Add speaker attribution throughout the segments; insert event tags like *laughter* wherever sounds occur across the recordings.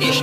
Speaker 1: Ich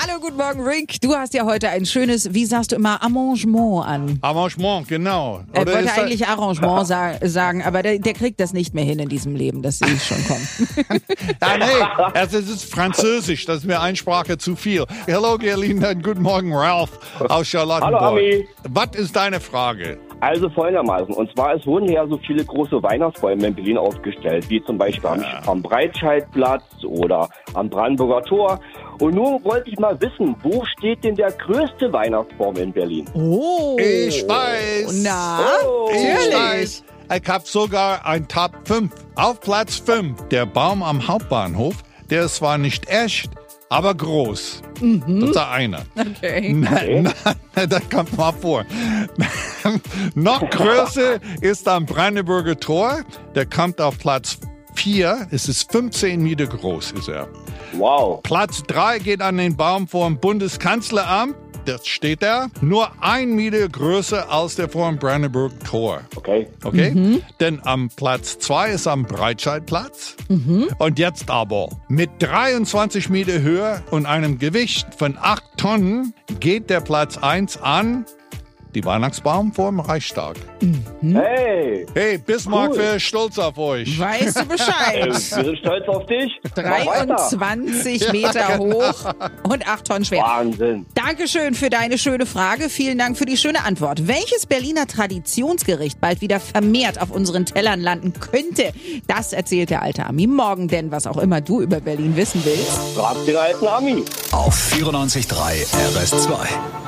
Speaker 2: Hallo, guten Morgen, Rick. Du hast ja heute ein schönes, wie sagst du immer, Arrangement an.
Speaker 3: Arrangement, genau.
Speaker 2: Er
Speaker 3: Ah, Oder
Speaker 2: wollte
Speaker 3: ist das- *laughs*
Speaker 2: eigentlich Arrangement sa sagen, aber der, der kriegt das nicht mehr hin in diesem Leben. Das sehe ich schon kommen.
Speaker 3: Ah, nee, es ist es ist Französisch, das ist mir eine Sprache zu viel. Hello, Gerlinde, und guten Morgen, Ralph aus Charlottenburg.
Speaker 4: Hallo, Ami.
Speaker 3: Was ist deine Frage?
Speaker 4: Also folgendermaßen. Und zwar, es wurden ja so viele große Weihnachtsbäume in Berlin aufgestellt, wie zum Beispiel am, am Breitscheidplatz oder am Brandenburger Tor. Und nun wollte ich mal wissen, wo steht denn der größte Weihnachtsbaum in Berlin?
Speaker 2: oh.
Speaker 3: Ich weiß.
Speaker 2: Na,
Speaker 4: Oh.
Speaker 3: Ich
Speaker 2: natürlich.
Speaker 3: weiß. Ich habe sogar ein Top 5. Auf Platz 5, der Baum am Hauptbahnhof, der ist zwar nicht echt, aber groß. Das ist der eine.
Speaker 2: Mhm.
Speaker 3: *laughs*
Speaker 2: Okay.
Speaker 3: Nein, nein, das kommt mal vor. *laughs* Noch größer ist am Brandenburger Tor. Der kommt auf Platz 4. Es ist 15 Meter groß, ist er.
Speaker 4: Wow.
Speaker 3: Platz 3 geht an den Baum vor dem Bundeskanzleramt. Das steht da. Nur ein Meter größer als der vor dem Brandenburger Tor.
Speaker 4: Okay.
Speaker 3: Okay? Denn am Platz 2 ist am Breitscheidplatz. Und jetzt aber, mit 23 Meter Höhe und einem Gewicht von 8 Tonnen geht der Platz 1 an die Weihnachtsbaum vor dem Reichstag.
Speaker 4: Hey,
Speaker 3: Hey, Bismarck
Speaker 4: Cool.
Speaker 3: wäre stolz auf euch.
Speaker 2: Weißt du
Speaker 4: äh, *laughs* wir
Speaker 2: Bescheid?
Speaker 4: sind stolz auf dich. Mach weiter.
Speaker 2: 23 Meter hoch und 8 Tonnen schwer.
Speaker 4: Wahnsinn.
Speaker 2: Dankeschön für deine schöne Frage. Vielen Dank für die schöne Antwort. Welches Berliner Traditionsgericht bald wieder vermehrt auf unseren Tellern landen könnte? Das erzählt der alte Ami morgen, denn was auch immer du über Berlin wissen willst.
Speaker 4: Frag den alten Ami.
Speaker 5: Auf 94.3 RS2.